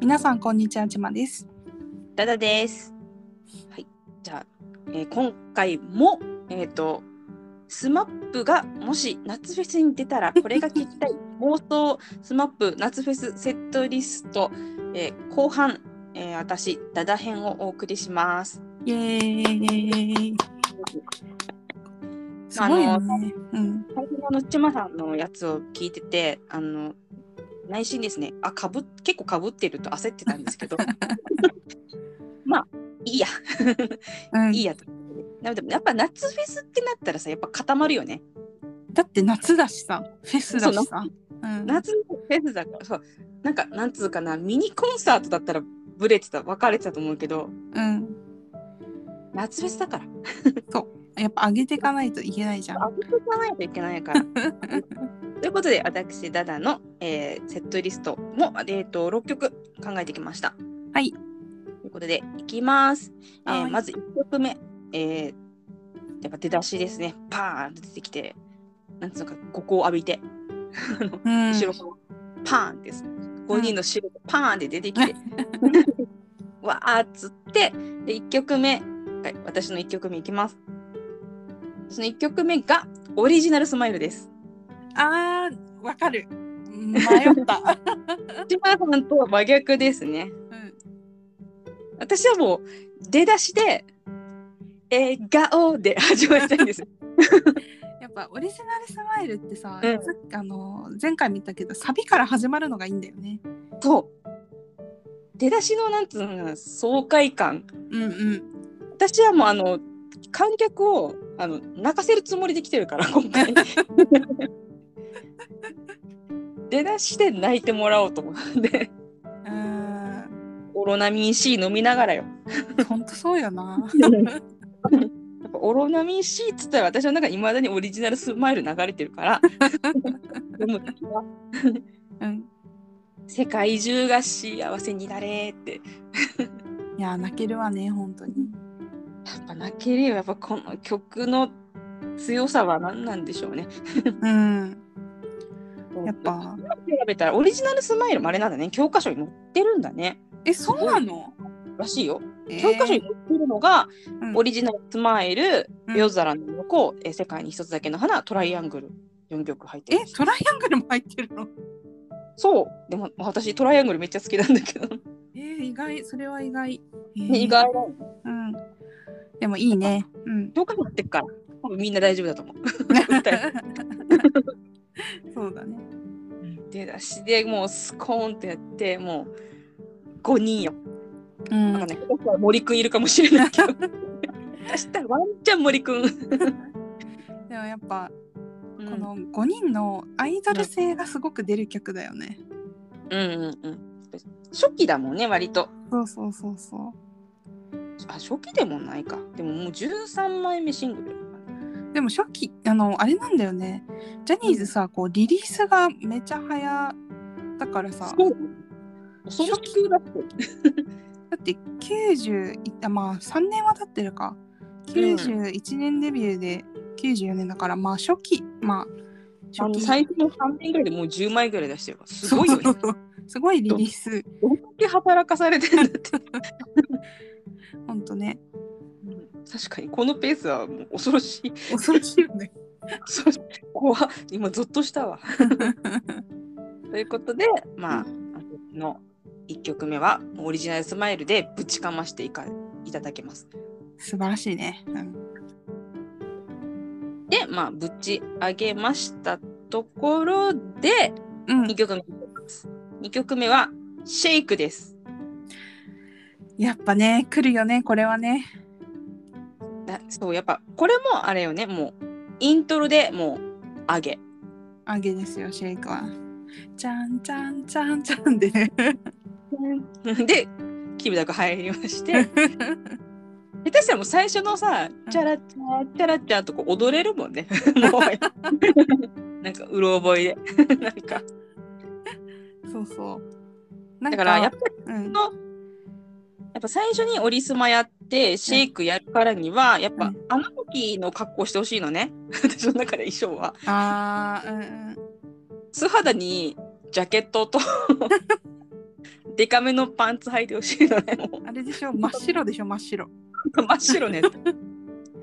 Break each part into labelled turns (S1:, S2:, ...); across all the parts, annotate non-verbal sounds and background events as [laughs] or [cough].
S1: 皆さんこんにちはちまです。
S2: ダダです。はい、じゃあ、えー今回も、えっ、と、スマップがもし夏フェスに出たら、これが聞きたい妄想スマップ夏フェスセットリスト、えー後半、えー私、ダダ編をお送りします。
S1: イエーイ。すごいよね。うん。
S2: 最近のあのちまさんのやつを聞いてて、あの、内心ですね、あ、かぶ、結構かぶってると焦ってたんで
S1: [laughs]
S2: すけど、まあ、いいや。
S1: うん
S2: いいやと。なのでやっぱ夏フェスってなったらさやっぱ固まるよね。
S1: だって夏だしさ、フェスだしさ。うん
S2: 夏フェスだからそうなんかなんつうかなミニコンサートだったらブレてた分かれてたと思うけど
S1: うん。
S2: 夏フェスだから
S1: やっぱ上げていかないといけないじゃん。
S2: あげていかないといけないから
S1: [laughs]
S2: ということで私ダダの、えーセットリストも、えー、と6曲考えてきました。
S1: はい
S2: ということでいきます。えー
S1: はい
S2: まず1曲目、えーやっぱ出だしですねパーンと出てきてなんつうのかここを浴びて。
S1: うん。
S2: 後ろからパーンです。5人の白がパーンって出てきて、 [laughs] わーっつって、で、1曲目、はい、私の1曲目いきます。その1曲目が、オリジナルスマイルです。
S1: あー、わかる。迷
S2: [laughs]
S1: った。
S2: 千葉さんとは真逆ですね。
S1: うん
S2: 私はもう、出だしで、笑顔で始まりたいん
S1: [laughs]
S2: です。
S1: やっぱオリジナルスマイルってさ、
S2: うん
S1: さっきあの前回見たけどサビから始まるのがいいんだよね。
S2: そう。出だしの、なんつうのかな、爽快感。
S1: うんうん。
S2: 私はもうあの観客をあの泣かせるつもりで来てるから今回出だしで泣いてもらおうと思って
S1: うーん。
S2: オロナミン C 飲みながらよ
S1: ほんとそうよな。
S2: やっぱオロナミン C っつったら私の中にいまだにオリジナルスマイル流れてるからでも
S1: うん。
S2: 世界中が幸せになれってや
S1: いや泣けるわね本当に。
S2: っぱ泣けるよやっぱこの曲の強さは何なんでしょうね
S1: うん。やっぱ
S2: 調べたらオリジナルスマイルもあれなんだね教科書に載ってるんだね
S1: えそうなの？
S2: らしいよ教科書に載ってるのが、
S1: うん
S2: オリジナルスマイル、
S1: うん
S2: 夜空の向こう、えー世界に一つだけの花、トライアングル、4曲入って
S1: え
S2: る
S1: ー。えトライアングルも入ってるの？
S2: そう、でも私トライアングルめっちゃ好きなんだけど、
S1: えー、意外それ [laughs] は意外。えー
S2: ね意。外だよ
S1: うん。でもいいね。うん。
S2: 教科書載ってるから、多分みんな大丈夫だと
S1: [laughs]
S2: 思う。
S1: そうだね。
S2: 出だしでもうスコーンってやって、もう5人よ。
S1: う
S2: なんか
S1: ん。
S2: ね、ここは森くんいるかもしれないけ
S1: [laughs]
S2: ど。出したらワンチャン森くん。
S1: でもやっぱ
S2: うん
S1: この5人のアイドル性がすごく出る曲だよね。
S2: うんうんうん。初期だもんね、割と。
S1: そうそうそうそう。
S2: あ、初期でもないか。でももう13枚目シングル。
S1: でも初期あのあれなんだよねジャニーズさこうリリースがめちゃ早だからさだ
S2: そう。その級だって。
S1: って90いあまあ3年は経ってるか91年デビューで94年だから、まあ初期まあ
S2: あ
S1: 初
S2: の
S1: 期
S2: 最初の3年ぐらいでもう10枚ぐらい出してるから、すごいよね。
S1: [laughs] そうそうそうすごいリリース
S2: どんだけ働かされてるんだって。
S1: ほんとね
S2: 確かに、このペースはもう恐ろしい。
S1: 恐ろしいよね
S2: 恐ろしい怖っ今、ゾッとし
S1: [laughs]
S2: たわ。ということで、まあ、
S1: う
S2: 私の1曲目は、オリジナルスマイルでぶちかましていかいただけます。
S1: 素晴らしいね、うん
S2: で、まあ、ぶち上げましたところで、
S1: うん
S2: 2、曲目です。2曲目は、シェイクです。
S1: やっぱね来るよねこれはね
S2: なそうやっぱこれもあれよねもうイントロでもう上げ [laughs]
S1: あげですよシェイクはちゃんちゃんちゃんちゃん
S2: [laughs]
S1: でね
S2: でキムタク入りまして下手したらもう最初のさ「チャラチャチャラチャ」とこう踊れるもんね [laughs] もうなんかうろ覚えで [laughs] なんか
S1: そうそうなん
S2: だからやっぱり
S1: うん
S2: やっぱ最初にオリスマやってシェイクやるからにはやっ
S1: う
S2: ぱあの時の格好してほしいのね [laughs] 私の中で衣装は
S1: あーうんうん
S2: 素肌にジャケットと [laughs] デカめのパンツ履いてほしいのね、も
S1: あれでしょ真っ白でしょ真っ白。
S2: う。真っ白ね。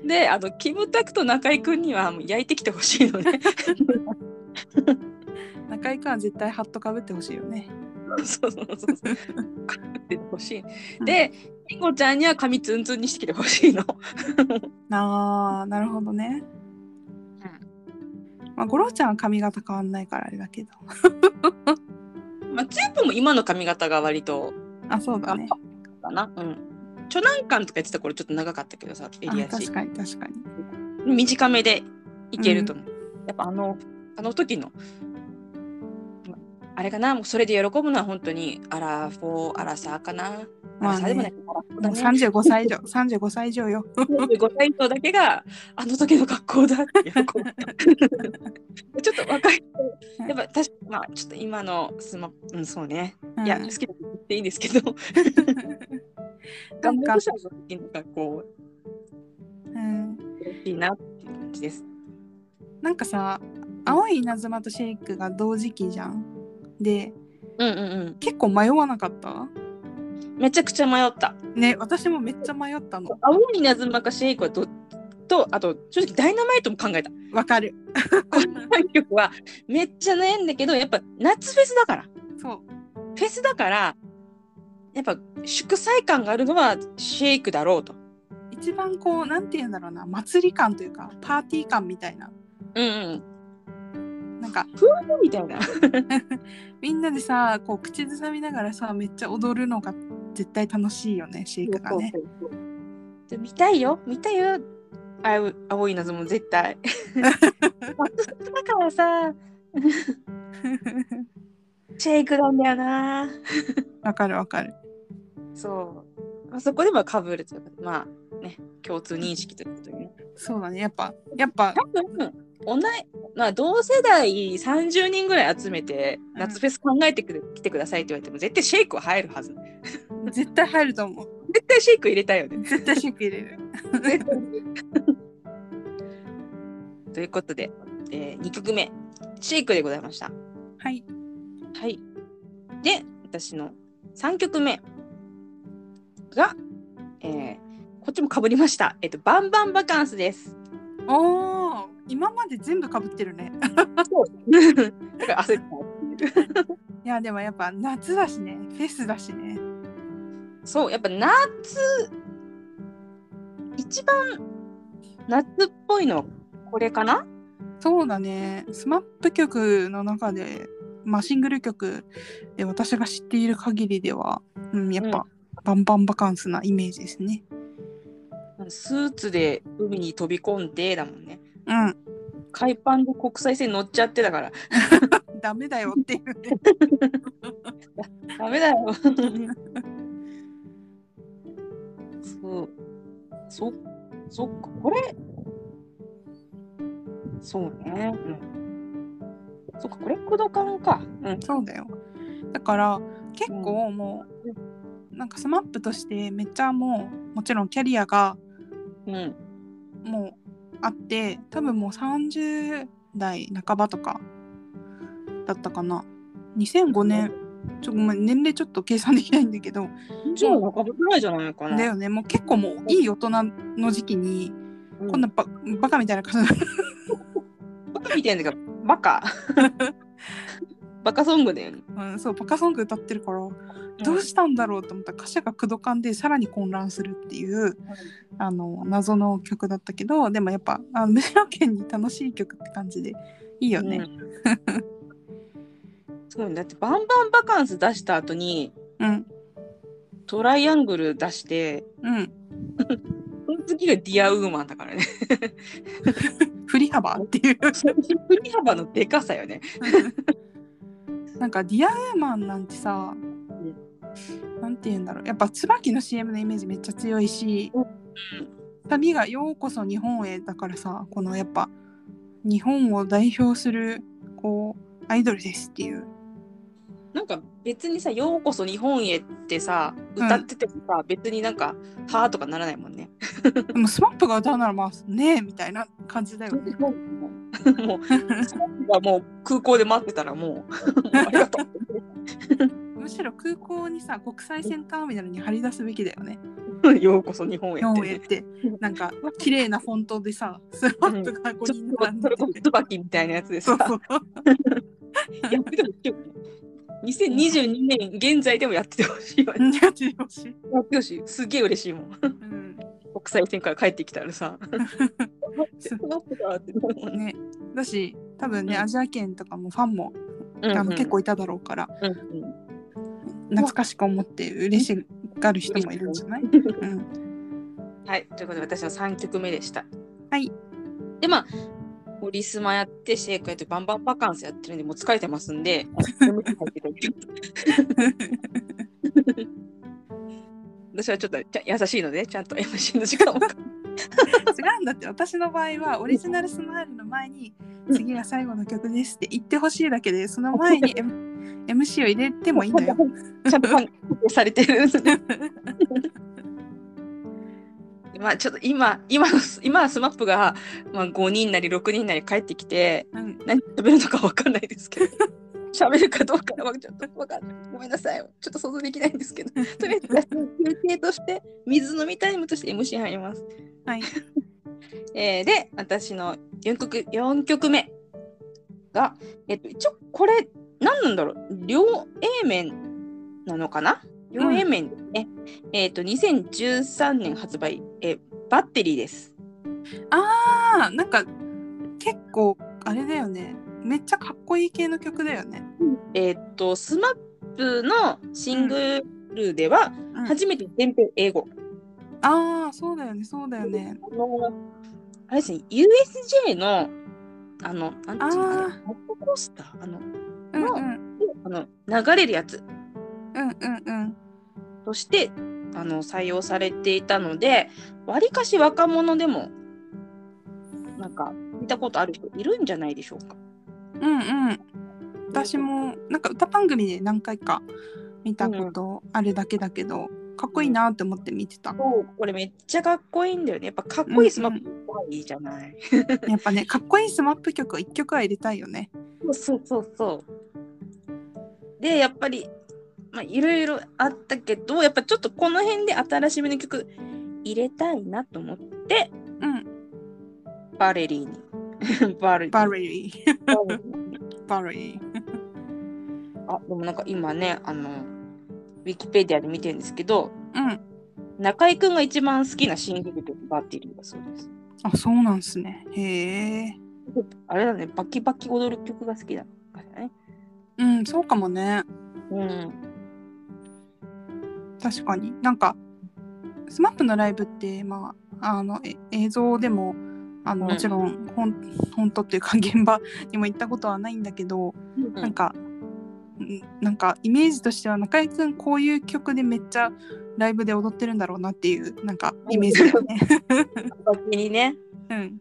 S2: で、あの、キムタクと中居くんにはもう焼いてきてほしいのね。
S1: 中居君は絶対ハットかぶってほしいよね。
S2: そうそうそうそう。かぶってほしい。で、りんごちゃんには髪ツンツンにしてきてほしいの。
S1: あーなるほどね。まあ、五郎ちゃんは髪型変わんないからあれだけど。
S2: まあ、チュープも今の髪型が割と、
S1: あ、そうだね。
S2: かな。うん。著難関とか言ってた頃ちょっと長かったけどさ、エリ
S1: あ
S2: アし
S1: 確。かに確かに。
S2: 短めでいけると思う。やっぱあの、あの時の、まあれかな、もうそれで喜ぶのは本当にアラフォー、アラサーかな。ア
S1: ま
S2: ラ
S1: あ
S2: サーでもない
S1: ね、、
S2: アラフォー
S1: も
S2: だ
S1: う
S2: ね。
S1: 35歳以上、35歳以上よ。
S2: 45歳以上だけがあの時の学校だって喜
S1: [laughs]
S2: ぶちょっと若い人やっぱ確かまあちょっと今のスマうんそうね、いや
S1: うん
S2: 好きだって言っていいんです [laughs] けど
S1: な
S2: 頑
S1: ん
S2: 張
S1: か
S2: る人の時の学校
S1: うん、
S2: いいなっていう感じです
S1: なんかさ青い稲妻とシェイクが同時期じゃんで
S2: うんうん
S1: 結構迷わなかった
S2: うんめちゃくちゃ迷った
S1: ね私もめっちゃ迷ったの
S2: 青い稲妻かシェイクはどとあと正直ダイナマイトも考えた [laughs]
S1: わかる [laughs]
S2: 3曲はめっちゃ悩んだけどやっぱ夏フェスだから
S1: そう
S2: フェスだからやっぱ祝祭感があるのはシェイクだろうと。
S1: 一番こうなんて言うんだろうな祭り感というかパーティー感みたいな
S2: うんうん。
S1: なんか
S2: みたいな。
S1: みんなでさこう口ずさみながらさめっちゃ踊るのが絶対楽しいよねシェイクがね
S2: で見たいよ、見たいよ。あう青い謎も
S1: [laughs]
S2: 絶対。だからさ、シェイクなんだよな。
S1: [laughs] わかるわかる
S2: そう。まあ、そこでもかぶるというか、まあね、共通認識ということでね。
S1: そうだねやっぱやっぱ
S2: 多分同い、まあ、同世代30人ぐらい集めて、
S1: うん
S2: 夏フェス考えてくる来てくださいって言われても、絶対シェイクは入るはず。
S1: 絶対入ると思う
S2: 絶対シェイク入れたいよね。
S1: 絶対シェイク入れる
S2: ということで、え2曲目、シェイクでございました。
S1: はい
S2: はい。で、私の3曲目が、えーこっちもかぶりました。えっと、バンバンバカンスです。
S1: おー今まで全部かぶってるね
S2: あ、そう。だから焦った。
S1: いやでもやっぱ夏だしねフェスだしね
S2: [laughs] そう、やっぱ夏、一番夏っぽいの、これかな
S1: そうだねスマップ曲の中でまあシングル曲で私が知っている限りでは、うん、やっぱ、バンバンバカンスなイメージですね
S2: スーツで海に飛び込んでだもんね。
S1: うん
S2: 海パンで国際線乗っちゃってだから、
S1: ダメだよって [laughs] いうね
S2: ダメだよ。 [laughs] そう。そ、そっか、これ。そうね。うん。そっか、これ、クドカンか。うん。
S1: そうだよだから結構もうなんかスマップとしてめっちゃもうもちろんキャリアが
S2: うん。
S1: もうあって多分もう30代半ばとかだったかな2005年ちょごめん年齢ちょっと計算できないんだけど
S2: じゃあ、中ぶくらいじゃないかな。
S1: だよねもう結構もういい大人の時期に
S2: うん、
S1: こんなババカみたいな感じ
S2: バカみたいなのが、
S1: [laughs]
S2: バカ。バカソングだよね。
S1: うん、そうバカソング歌ってるからどうしたんだろうと思ったら歌詞がクドカンでさらに混乱するっていうあの謎の曲だったけどでもやっぱあの無条件に楽しい曲って感じでいいよね。
S2: うん。すごいねだってバンバンバカンス出した後に
S1: うん、
S2: トライアングル出して
S1: うん
S2: その次がディアウーマンだからね。
S1: 振り幅っていう
S2: 振り幅のでかさよね。
S1: なんかディアウーマンなんてさ、なんて言うんだろうやっぱ椿の CM のイメージめっちゃ強いし、旅が「ようこそ日本へ」だからさこのやっぱ日本を代表するこうアイドルですっていう
S2: なんか別にさ「ようこそ日本へ」ってさ
S1: うん
S2: 歌っててもさ、別になんか「はあ」とかならないもんね。
S1: でも SMAP が歌うならまあねえみたいな感じだよね
S2: もうスタッフがもう空港で待ってたらもうもうありがとう。
S1: むしろ空港にさ国際線ターミナルに張り出すべきだよね。
S2: ようこそ日本へ
S1: 日
S2: っ
S1: 本
S2: て
S1: へってなんか綺麗なフォントでさスマップがここ
S2: ち
S1: に
S2: ょっ
S1: 並んで
S2: とそれこそ
S1: て。
S2: 椿みたいなやつです
S1: そう
S2: か
S1: そう
S2: [laughs]
S1: [laughs]
S2: やっててほしいよね2022年現在でもやっててほしいよね
S1: やってほしい。
S2: やってほしいすげえ嬉しいもん
S1: うん
S2: 国際線から帰ってきたら
S1: [laughs]
S2: さスマップだって思うもんね
S1: ね、だし多分ね、
S2: うん
S1: アジア圏とかもファンも、
S2: うん
S1: あ
S2: うん
S1: の結構いただろうから
S2: うんうん
S1: 懐かしく思って嬉しがる人もいるんじゃない、うん、
S2: はいということで私の3曲目でした
S1: はい
S2: でまあオリスマやってシェイクやってバンバンバカンスやってるんでもう疲れてます
S1: [laughs]
S2: んで [laughs] 眠気入ってて私はちょっとちゃ優しいのでちゃんと MC の時間を
S1: 違うんだって私の場合はオリジナルスマイルの前に
S2: うん
S1: 次が最後の曲ですって言ってほしいだけでその前に、M、MC を入れてもいいん
S2: [laughs]
S1: だよ。
S2: ちゃんと管理されてる。
S1: [laughs]
S2: まあちょっと今今の今スマップがまあ5人なり6人なり帰ってきて
S1: うん、
S2: 何喋るのか分かんないですけど喋るかどうかはちょっと分かんないごめんなさいちょっと想像できないんで
S1: [laughs]
S2: すけどとりあえず休憩として水飲みタイムとして MC 入ります、
S1: はい
S2: えーで私の4曲四曲目が、えっと、一応これ何なんだろう両 A 面なのかな両 A 面ですね、えっと2013年発売、えーバッテリーです
S1: あーなんか結構あれだよねめっちゃかっこいい系の曲だよね。
S2: えっとスマップのシングルでは
S1: うん、
S2: 初めて全編英語、
S1: ああそうだよねそうだよね。
S2: あの、あれですね、USJ の、あの、なんていうのかな
S1: あー、
S2: ジェットコースターあの、
S1: うんうん
S2: あの流れるやつ
S1: うんうんうん。
S2: として、あの、採用されていたので、わりかし若者でも、なんか、見たことある人いるんじゃないでしょうか。
S1: うんうん。私もなんか歌番組で何回か見たことあるだけだけど、かっこいいなって思って見てた。
S2: そうこれめっちゃかっこいいんだよね。やっぱかっこいいスマップ怖いじゃない。
S1: やっぱねかっこいいスマップ曲を1曲は入れたいよね。
S2: そうそうそうそう。で、やっぱり、まあ、いろいろあったけど、やっぱちょっとこの辺で新しめの曲入れたいなと思って、
S1: うん。
S2: バレリーに。 [laughs] バレリー
S1: バレリー。
S2: に。
S1: バレリー。
S2: あ、でもなんか今ね、あの、ウィキペディアで見てるんですけど、
S1: うん。
S2: 中居くんが一番好きなシングル曲、バッテリーだそうです。
S1: あそうなんすね。へえ。
S2: あれだね、バキバキ踊る曲が好きだからね。
S1: うんそうかもね。
S2: うん。
S1: 確かになんかスマップのライブって、まあ、あのえ映像でもあの
S2: うん
S1: もちろんほん [laughs] 本当っていうか現場にも行ったことはないんだけど、
S2: う
S1: なん
S2: ん、
S1: かうんなんかイメージとしては中居君こういう曲でめっちゃライブで踊ってるんだろうなっていうなんかイメージだよ
S2: [laughs]
S1: ね。
S2: バッテリーね。
S1: うん、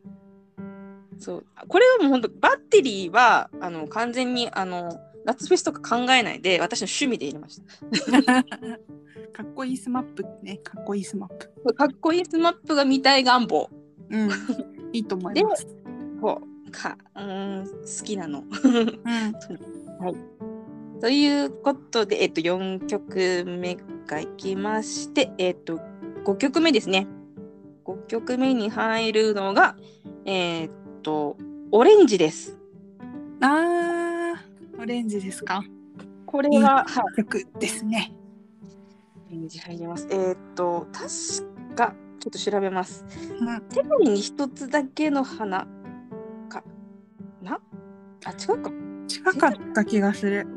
S2: そうこれはもう本当バッテリーはあの完全にあの夏フェスとか考えないで私の趣味で入れました
S1: かっこいいスマップねかっこいいスマップ。
S2: かっこいいスマップが見たい願望
S1: うん、いいと思います。
S2: そうかうーん好きなの
S1: う
S2: [laughs]
S1: ん、
S2: ということで、えっと、4曲目がいきまして、えっと、5曲目ですね5曲目に入るのがえっとオレンジです
S1: あーオレンジですか
S2: これは、はい
S1: 曲ですね。
S2: オレンジ入ります。えーっと、確か、ちょっと調べます。
S1: うん
S2: テレビに一つだけの花かなあ、違うか。
S1: 近かった気がする。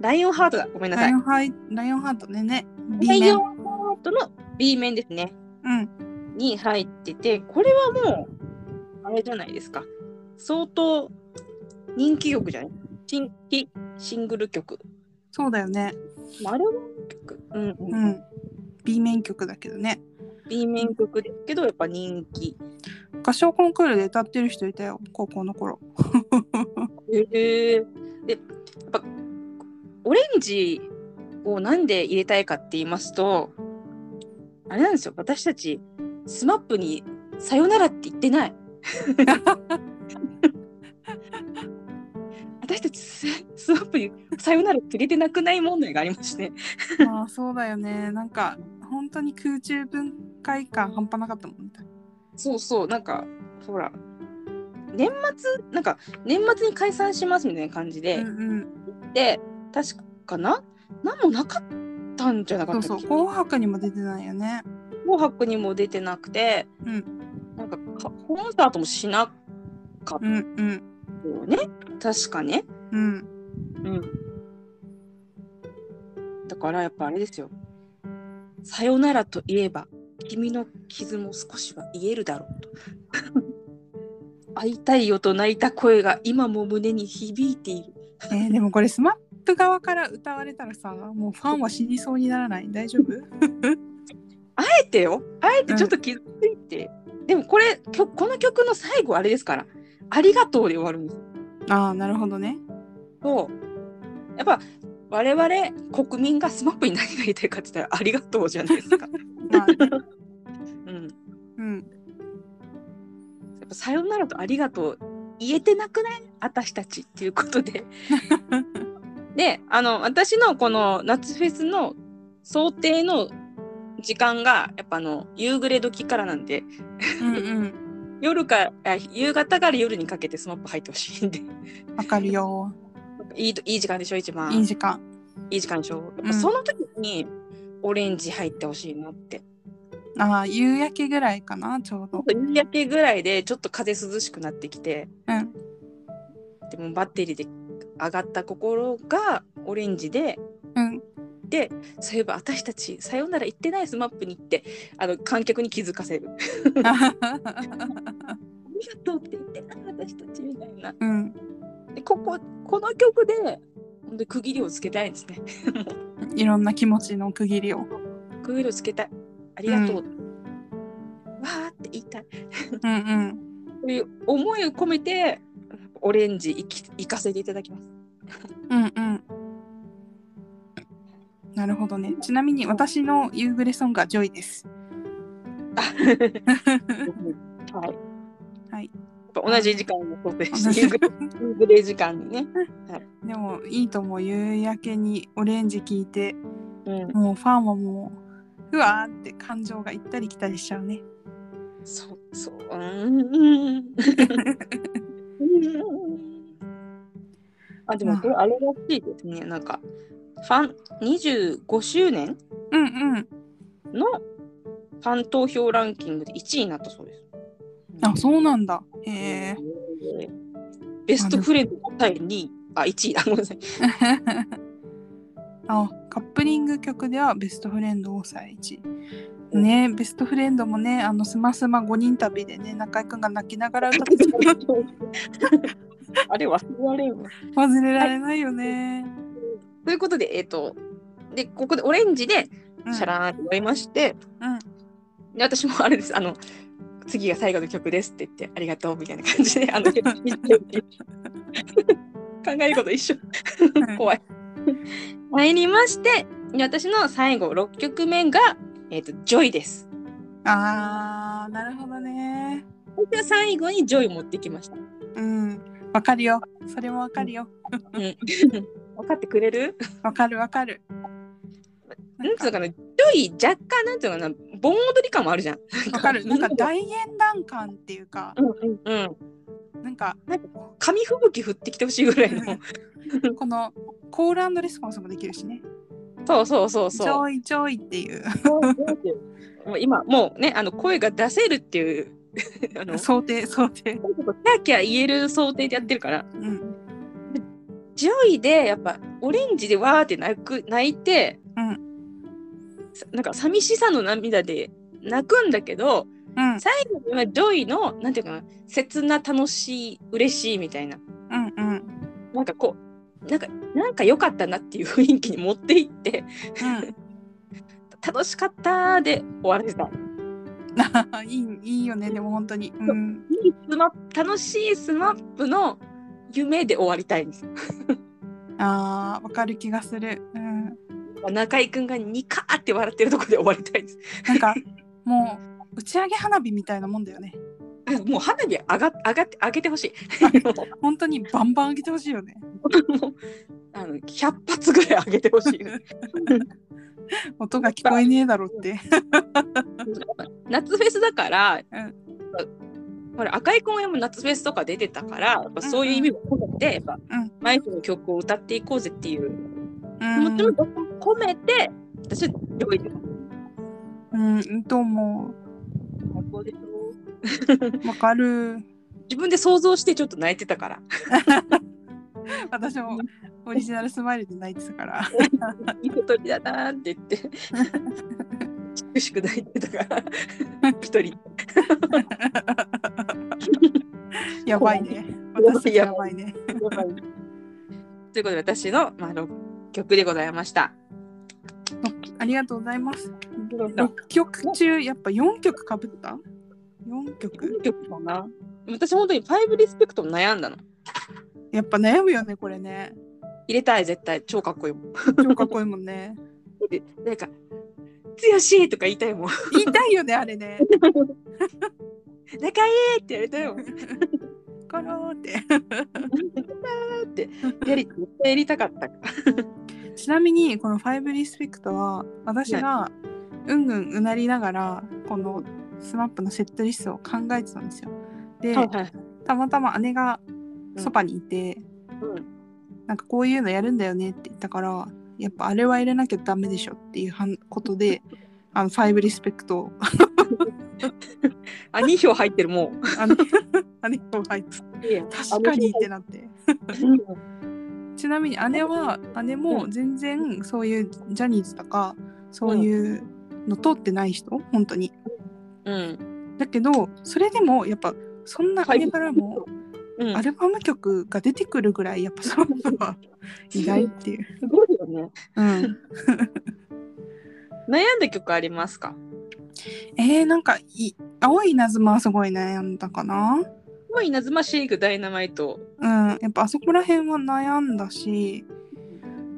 S2: ライオンハートだ。ごめんな
S1: ラ
S2: さい
S1: イオ。ンハイライオンハートねね。
S2: ラ
S1: B
S2: イ
S1: 面
S2: オンハートの B 面ですね。
S1: うん。
S2: に入ってて、これはもう、あれじゃないですか。相当人気曲じゃない新規シングル曲。
S1: そうだよね。
S2: まあ、あれは曲、うんう、
S1: うんん。B 面曲だけどね。
S2: B 面曲ですけど、やっぱ人気。
S1: 合唱コンクールで歌ってる人いたよ。高校の頃。
S2: へえでやっぱオレンジをなんで入れたいかって言いますとあれなんですよ私たちスマップに「さよなら」って言ってない [laughs] 私たちスススマップにさよならくれてなくない問題がありまして、
S1: [laughs] まあそうだよねなんか本当に空中分解感半端なかったもんね
S2: そうそう、なんか、ほら、年末、なんか、年末に解散しますみたいな感じで、
S1: うん
S2: で、確かな、なんもなかったんじゃな
S1: う
S2: か
S1: ん
S2: った
S1: そ
S2: っ
S1: う
S2: け
S1: そう紅白にも出てないよね
S2: 紅白にも出てなくて、
S1: うん
S2: なんかかコンサートもしなかっ
S1: うんうん
S2: たよね、確かね。
S1: うん
S2: うん。だからやっぱあれですよ。さよならといえば、君の傷も少しは癒えるだろうと。会いたいよと泣いた声が今も胸に響いている。
S1: えーでもこれスマップ側から歌われたらさもうファンは死にそうにならない大丈夫
S2: あえてよ、あえてちょっと傷ついて。でもこれ、曲この曲の最後あれですから、ありがとうで終わるんです
S1: [laughs] ああなるほどね
S2: そうやっぱ我々国民がスマップに何が言いたいかって言ったらありがとうじゃない
S1: [laughs]
S2: ですか。
S1: まあ
S2: うん、や
S1: うん
S2: っぱさよならとありがとう言えてなくない私たちっていうこ
S1: [laughs]
S2: とで。であの私のこの夏フェスの想定の時間がやっぱあの夕暮れ時からなんで
S1: うんうん
S2: 夜かあ夕方から夜にかけてスマップ入ってほしいんで [laughs]
S1: わかるよ
S2: いいいい時間でしょ一番
S1: いい時間
S2: いい時間でしょやっ
S1: うん
S2: ぱその時にオレンジ入ってほしいなって
S1: ああ夕焼けぐらいかなちょうど
S2: 夕焼けぐらいでちょっと風涼しくなってきて、
S1: うん
S2: でもバッテリーで上がった心がオレンジで
S1: [laughs] うん
S2: そういえば私たちさよなら言ってないスマップに行ってあの観客に気づかせるありがとうって言ってない私たちみたいな
S1: うん
S2: でこここの曲でほんと区切りをつけたいですね
S1: いろんな気持ちの区切りを
S2: 区切りをつけたいありがとう、わーって言いたい
S1: うんうん
S2: そういう思いを込めてオレンジ行き行かせていただきます
S1: うんうんなるほどねちなみに私の夕暮れソングはジョイです
S2: はい。
S1: はい
S2: やっぱ同じ時間の想定
S1: 同
S2: して、
S1: じ
S2: 夕暮れ夕暮れ時間にね。
S1: でもいいと思う夕焼けにオレンジ聞いて
S2: うん。
S1: もうファンはもううわーって感情が行ったり来たりしちゃうね
S2: そう、そう。うーん。うーんあ、でもこれあれらしいですね。なんか、ファン25周年
S1: うんうん
S2: のファン投票ランキングで1位になったそうです。
S1: あそうなんだへ
S2: え
S1: え
S2: ベストフレンド対2位。あ、1位だ。ごめんなさい。
S1: あカップリング曲ではベストフレンドを最一ねベストフレンドもねあのスマスマ5人旅でね中居君が泣きながら歌ってたの
S2: あれ忘れられんわ。
S1: 忘れられないよね、
S2: ということで、えっ、と、で、ここでオレンジで、
S1: うん [laughs]
S2: シャラーンって終わりまして、
S1: うん
S2: で私もあれです、あの、次が最後の曲ですって言って、ありがとうみたいな感じで、 [laughs] あの、考えること一緒
S1: う。ん
S2: 怖い。参りまして、で私の最後6曲目が、えっ、と、ジョイです。
S1: あーなるほどね
S2: 私は最後にジョイ持ってきました。
S1: うんわかるよそれもわかるよ
S2: うん。分かってくれる
S1: わかるわかる
S2: なんつう
S1: か
S2: のかな、ジョイ若干、なんつうのかな、盆踊り感もあるじゃん。
S1: わかるなんか大演談感っていうか
S2: うんうんうん。
S1: なんか
S2: 紙吹雪降ってきてほしいぐらいの [laughs]
S1: このコールレスポンスもできるしね
S2: そうそうそう
S1: 「ち
S2: そう
S1: ょいちょい」っていう
S2: もう今もうねあの声が出せるっていう [laughs] あのキ
S1: 想定想定
S2: ャーキャー言える想定でやってるから
S1: うん
S2: ジョイでやっぱオレンジでわーって泣く泣いて、
S1: うん
S2: さなんか寂しさの涙で泣くんだけど
S1: うん
S2: 最後にはジョイのなんていうかな切な楽しい嬉しいみたいな
S1: うんうん
S2: なんかこうなんかなんか良かったなっていう雰囲気に持っていって楽しかったーで終わらせた。
S1: うん [laughs] いいいいよねでも本当にうん
S2: いいスマップ楽しいスマップの夢で終わりたいんですよ。
S1: あーわかる気がするうん
S2: 中居君がニカーって笑ってるところで終わりたいです。
S1: なんかもう打ち上げ花火みたいなもんだよね
S2: もう花火上が上がって上げてほしい。も [laughs]
S1: 本当にバンバン上げてほしいよね
S2: うもうあの100発ぐらい上げてほしい。
S1: 音が聞こえねえだろって。
S2: 夏フェスだから、
S1: う
S2: ほら赤い子もも夏フェスとか出てたからやっぱそういう意味も込めて、やっぱ
S1: うん
S2: マイクの曲を歌っていこうぜっていう
S1: う
S2: 気持ちも
S1: ん、
S2: 込めて、私は用意で
S1: うん、と思
S2: 最高でしょ
S1: う。わかる。
S2: 自分で想像してちょっと泣いてたから。
S1: 私もオリジナルスマイルで泣いてたから。
S2: [laughs] いいことだなーって言って、苦しく泣いてたから、
S1: [laughs]
S2: 一人。
S1: やばいね。私たちやばいね。
S2: ということで、私の、まあ、六曲でございました。
S1: ありがとうございます。6曲中、やっぱ4曲かぶった ?4 曲
S2: 何曲かな私、本当にファイブリスペクトも悩んだの。
S1: やっぱ悩むよね、これね。
S2: 入れたい、絶対。超かっこいいもん。
S1: 超かっこいいもんね。
S2: でなんか、強しとか言いたいもん。 [laughs]
S1: 言いたいよね、あれね。
S2: 仲いいってやりたいもん。
S1: コローって。
S2: やり、絶対やりたかった。
S1: ちなみに、この5リスペクトは、私がうんうんうなりながら、このスマップのセットリストを考えてたんですよ。で、
S2: はい。
S1: たまたま姉がそばにいて、
S2: うん
S1: なんかこういうのやるんだよねって言ったからやっぱあれは入れなきゃダメでしょっていうはんこと
S2: [laughs]
S1: であの5リスペクトを
S2: あ、2票入ってる、も
S1: あの姉と入って
S2: う。いや
S1: 確かにってなってちなみに姉は姉も全然そういうジャニーズとかそういうの通ってない人本当に
S2: うん。
S1: だけどそれでもやっぱそんな姉からも
S2: うん
S1: アルバム曲が出てくるぐらいやっぱその人
S2: [laughs]
S1: は意外っていう、
S2: すごいよね。
S1: うん、
S2: 悩んだ曲ありますか
S1: えー、なんかい青い稲妻はすごい悩んだかな
S2: もう稲妻シェイクダイナマイト。
S1: うん、やっぱあそこら辺は悩んだし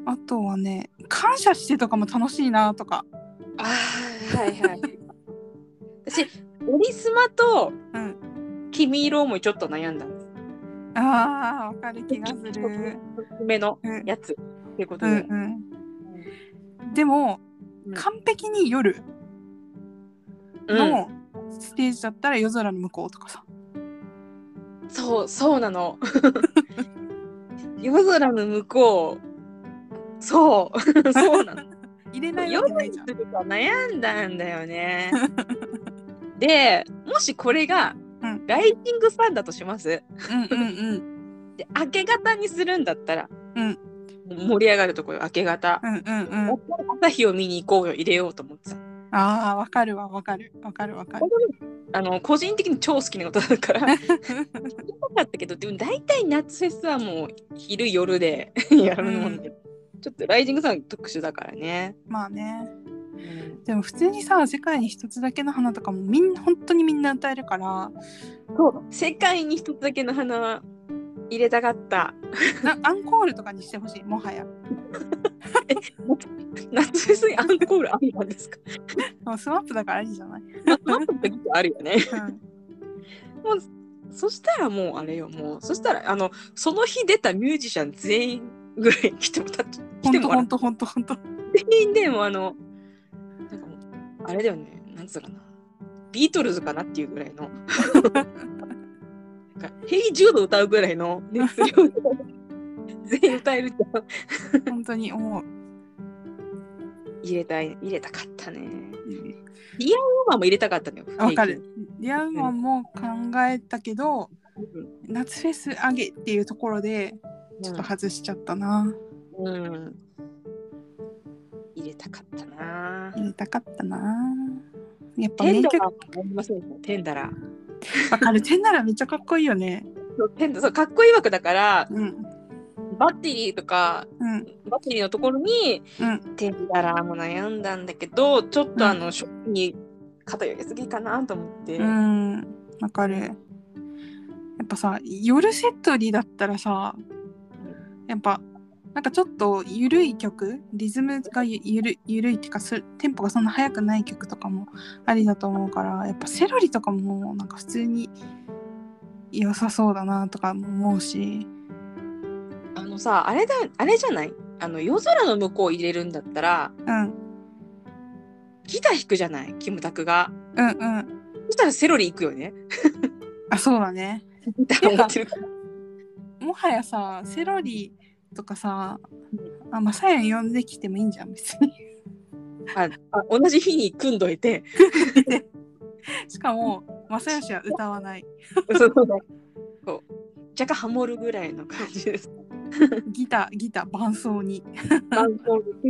S1: あとはね感謝してとかも楽しいなとか、
S2: ああ、はいはい。 [laughs] 私、オリスマと
S1: うん、
S2: 君色もちょっと悩んだの。
S1: あーわかる気がする、
S2: 目の
S1: うん
S2: やつ。っていうこと
S1: う
S2: で。
S1: んうん、でも、
S2: うん
S1: 完璧に夜
S2: うん
S1: のステージだったら夜空の向こうとかさ、
S2: そう、そうなの。 [laughs] 夜空の向こう。
S1: [laughs]
S2: そう、そうなの。
S1: 入れないわ
S2: 夜
S1: けないじゃん
S2: とか悩んだんだよね。で、もしこれが
S1: うん
S2: ライティングファンだとします。
S1: うんうん
S2: で明け方にするんだったら、
S1: うん
S2: 盛り上がるところ明け方、
S1: うんうんうんうん
S2: 朝日を見に行こうよ入れようと思ってた
S1: ああわかるわわかるわかるわかる
S2: あの個人的に超好きなことだから [laughs] よかったけどでも大体夏フェスはもう昼夜で [laughs] やるもんで、ちょっとライジングさん特殊だからね、
S1: まあねでも普通にさ世界に一つだけの花とかもみん本当にみんな歌えるから
S2: そう世界に一つだけの花は入れたかった
S1: なアンコールとかにしてほしいもはや
S2: 夏フェスにアンコールあるんですか
S1: でもスマップだからいいじゃない、
S2: マップの時ってあるよね [laughs]
S1: うん、
S2: そしたらもうあれよ、もう、そしたら、あの、その日出たミュージシャン全員ぐらい来てもらって、来
S1: ほ
S2: て
S1: んと
S2: も
S1: ほ
S2: らっ
S1: んとほんとほんと
S2: て、全員でもうあの、なんかもう、あれだよね、なんつうのかな、ビートルズかなっていうぐら [laughs] いの、なんか、ヘイジュード歌うぐらいの熱量で、全員歌えるじゃん。
S1: [laughs] 本当に思う
S2: 入れたい、入れたかったね。
S1: うん
S2: ウーマンも入れたかったのよ。
S1: わかるリアウマンも考えたけど
S2: 平均。うん
S1: 夏フェス上げっていうところでちょっと外しちゃったな
S2: うん。入れたかったな。
S1: 入れたかったなやっぱ
S2: テン
S1: 名
S2: ダ
S1: 曲
S2: ラーもありませんかテンダラー。
S1: わかる [laughs] 点ならめっちゃかっこいいよね
S2: そうテンダそうかっこいい枠だから
S1: うん
S2: バッテリーとか
S1: うん
S2: バッテリーのところに
S1: うん
S2: テンダラーも悩んだんだけどちょっとあの、ショックに偏りすぎかなと思って、
S1: うんわかるやっぱさ夜セットリだったらさやっぱなんかちょっと緩い曲リズムがゆゆる緩いっていうかすテンポがそんな速くない曲とかもありだと思うからやっぱセロリとかももうなんか普通に良さそうだなとかも思うし
S2: あののさあれだあれじゃないあの夜空の向こう入れるんだったら
S1: うん
S2: ギター弾くじゃないキムタクが
S1: うんうん
S2: そしたらセロリ行くよね
S1: あそうだね
S2: ギター持ってるから
S1: もはやさセロリとかさあまあサヤン呼んできてもいいんじゃん別に [laughs]
S2: ああ同じ日に組んどいて
S1: しかも正義は歌わない
S2: そう若干ハモるぐらいの感じです。
S1: ギターギター伴奏に
S2: あ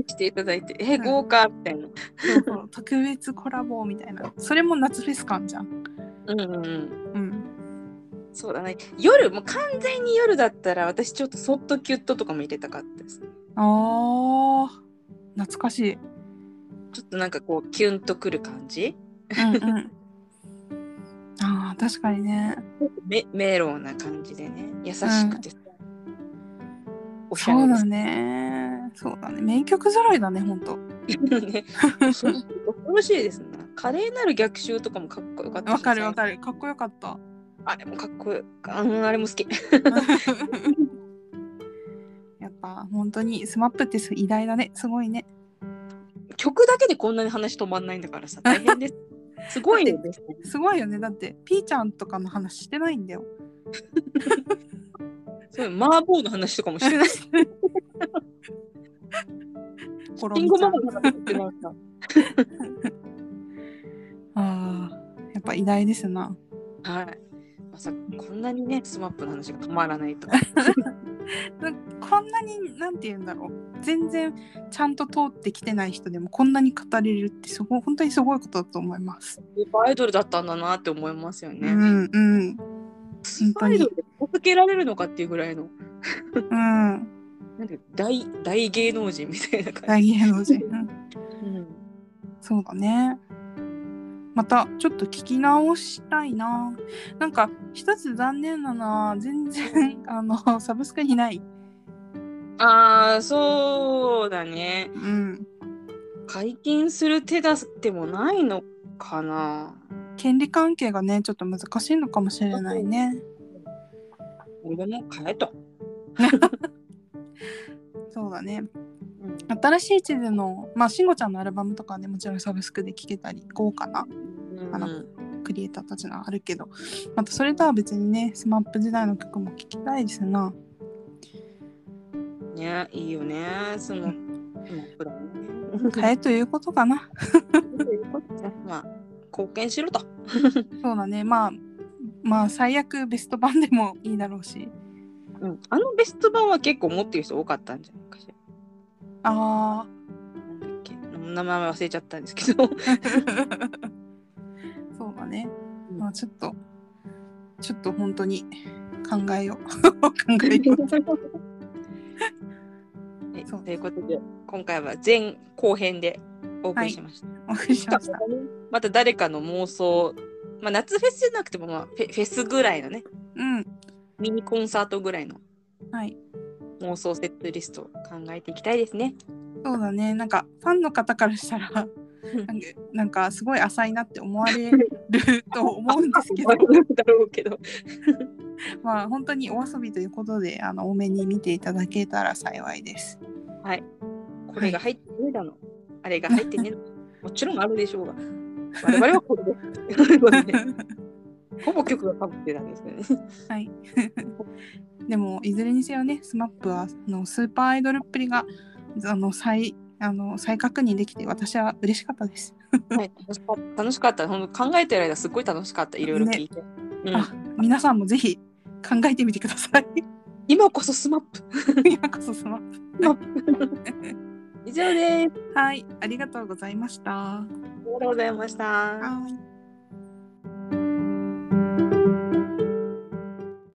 S2: していただいて、え、豪華みたいな。
S1: そう
S2: [laughs]
S1: そう特別コラボみたいなそれも夏フェス感じゃん
S2: うんうんうん。
S1: うん
S2: そうだね。夜、もう完全に夜だったら、私ちょっとそっとキュッととかも入れたかったです。
S1: あー懐かしい
S2: ちょっとなんかこう、キュンとくる感じ。
S1: うんうんあー確かにね
S2: メメロウな感じでね。優しくてさ。おしゃ
S1: そう
S2: れで
S1: だ
S2: す。
S1: ねそうだね名曲揃いだねほんと
S2: ね、恐ろしいですね。華麗なる逆襲とかもかっこよかったし
S1: わかるわかるかっこよかった [laughs]
S2: あれもかっこよかった。うんあれも好き。
S1: やっぱ本当にスマップって偉大だねすごいね
S2: 曲だけでこんなに話止まんないんだからさ
S1: [laughs]
S2: 大変ですすごいね
S1: すごいよねだってピーちゃんとかの話してないんだよ
S2: そう麻婆の話とかもし
S1: [laughs]
S2: てないし
S1: コロ
S2: リン
S1: ミ
S2: ゴ
S1: ちゃ
S2: マ
S1: ん
S2: マの話してないさ
S1: あーやっぱ偉大ですな
S2: はいまさかこんなにねスマップの話が止まらな
S1: [laughs]
S2: いと
S1: なこんなになんて言うんだろう全然ちゃんと通ってきてない人でもこんなに語れるってすごい本当にすごいことだと思います。
S2: アイドルだったんだなって思いますよ
S1: う
S2: ね、
S1: んうん本当
S2: アイド
S1: に
S2: ルで続けられるのかっていうぐらいの
S1: うん
S2: なんていう大大芸能人みたいな感
S1: 大芸能人、うん、
S2: じ、うん
S1: そうだねまたちょっと聞き直したいななんか一つ残念なのは全然あのサブスクにない、
S2: ああそうだね
S1: うん、
S2: 解禁する手だてもないのかな
S1: 権利関係がねちょっと難しいのかもしれないね
S2: 俺も変えた、
S1: そうだね新しい地図の、まあ、慎吾ちゃんのアルバムとかはね、もちろんサブスクで聴けたり、豪華な
S2: うん
S1: あのクリエイターたちのあるけど、またそれとは別にね、スマップ時代の曲も聴きたいですな。
S2: ねいいよねその、まあプロもね
S1: 変えということかな。
S2: まあ貢献しろと
S1: そうだね、まあ、まあ、最悪ベスト版でもいいだろうし。
S2: うんあのベスト版は結構持ってる人多かったんじゃないかしら
S1: あ
S2: なんだっけ名前忘れちゃったんです
S1: [laughs]
S2: けど
S1: ー。そうだね。まあ、ちょっと、ちょっと本当に考えよう。 [laughs] 考えよう。
S2: え
S1: そう
S2: ということで今回は前後編でお送りしました、
S1: お送りしました。
S2: また誰かの妄想まあ夏フェスじゃなくても、まあ、フェフェスぐらいのね
S1: うん。
S2: ミニコンサートぐらいの
S1: はい。
S2: 妄想セットリストを考えていきたいですね。
S1: そうだねなんかファンの方からしたらなんかなんかすごい浅いなって思われると思うんですけど
S2: [laughs] だろうけど。
S1: まあ本当にお遊びということであの多めに見ていただけたら幸いです。
S2: これが入ってねえだの、あれが入ってねえ [laughs] の、もちろんあるでしょうが、我々はこれで。ということで [laughs] ほぼ曲がかぶってたんですけどね。
S1: はい [laughs] でもいずれにせよね SMAP はあのスーパーアイドルっぷりがあの再あの再確認できて私は嬉しかったです。
S2: はい、楽しかった、楽しかった、本当考えてる間すっごい楽しかった、いろいろ聞いて。うん
S1: あ皆さんもぜひ考えてみてください。 [laughs]
S2: 今こそスマップ。
S1: 今こそ SMAP
S2: 以上です。
S1: はいありがとうございました。は
S2: ありがとうございました。
S1: い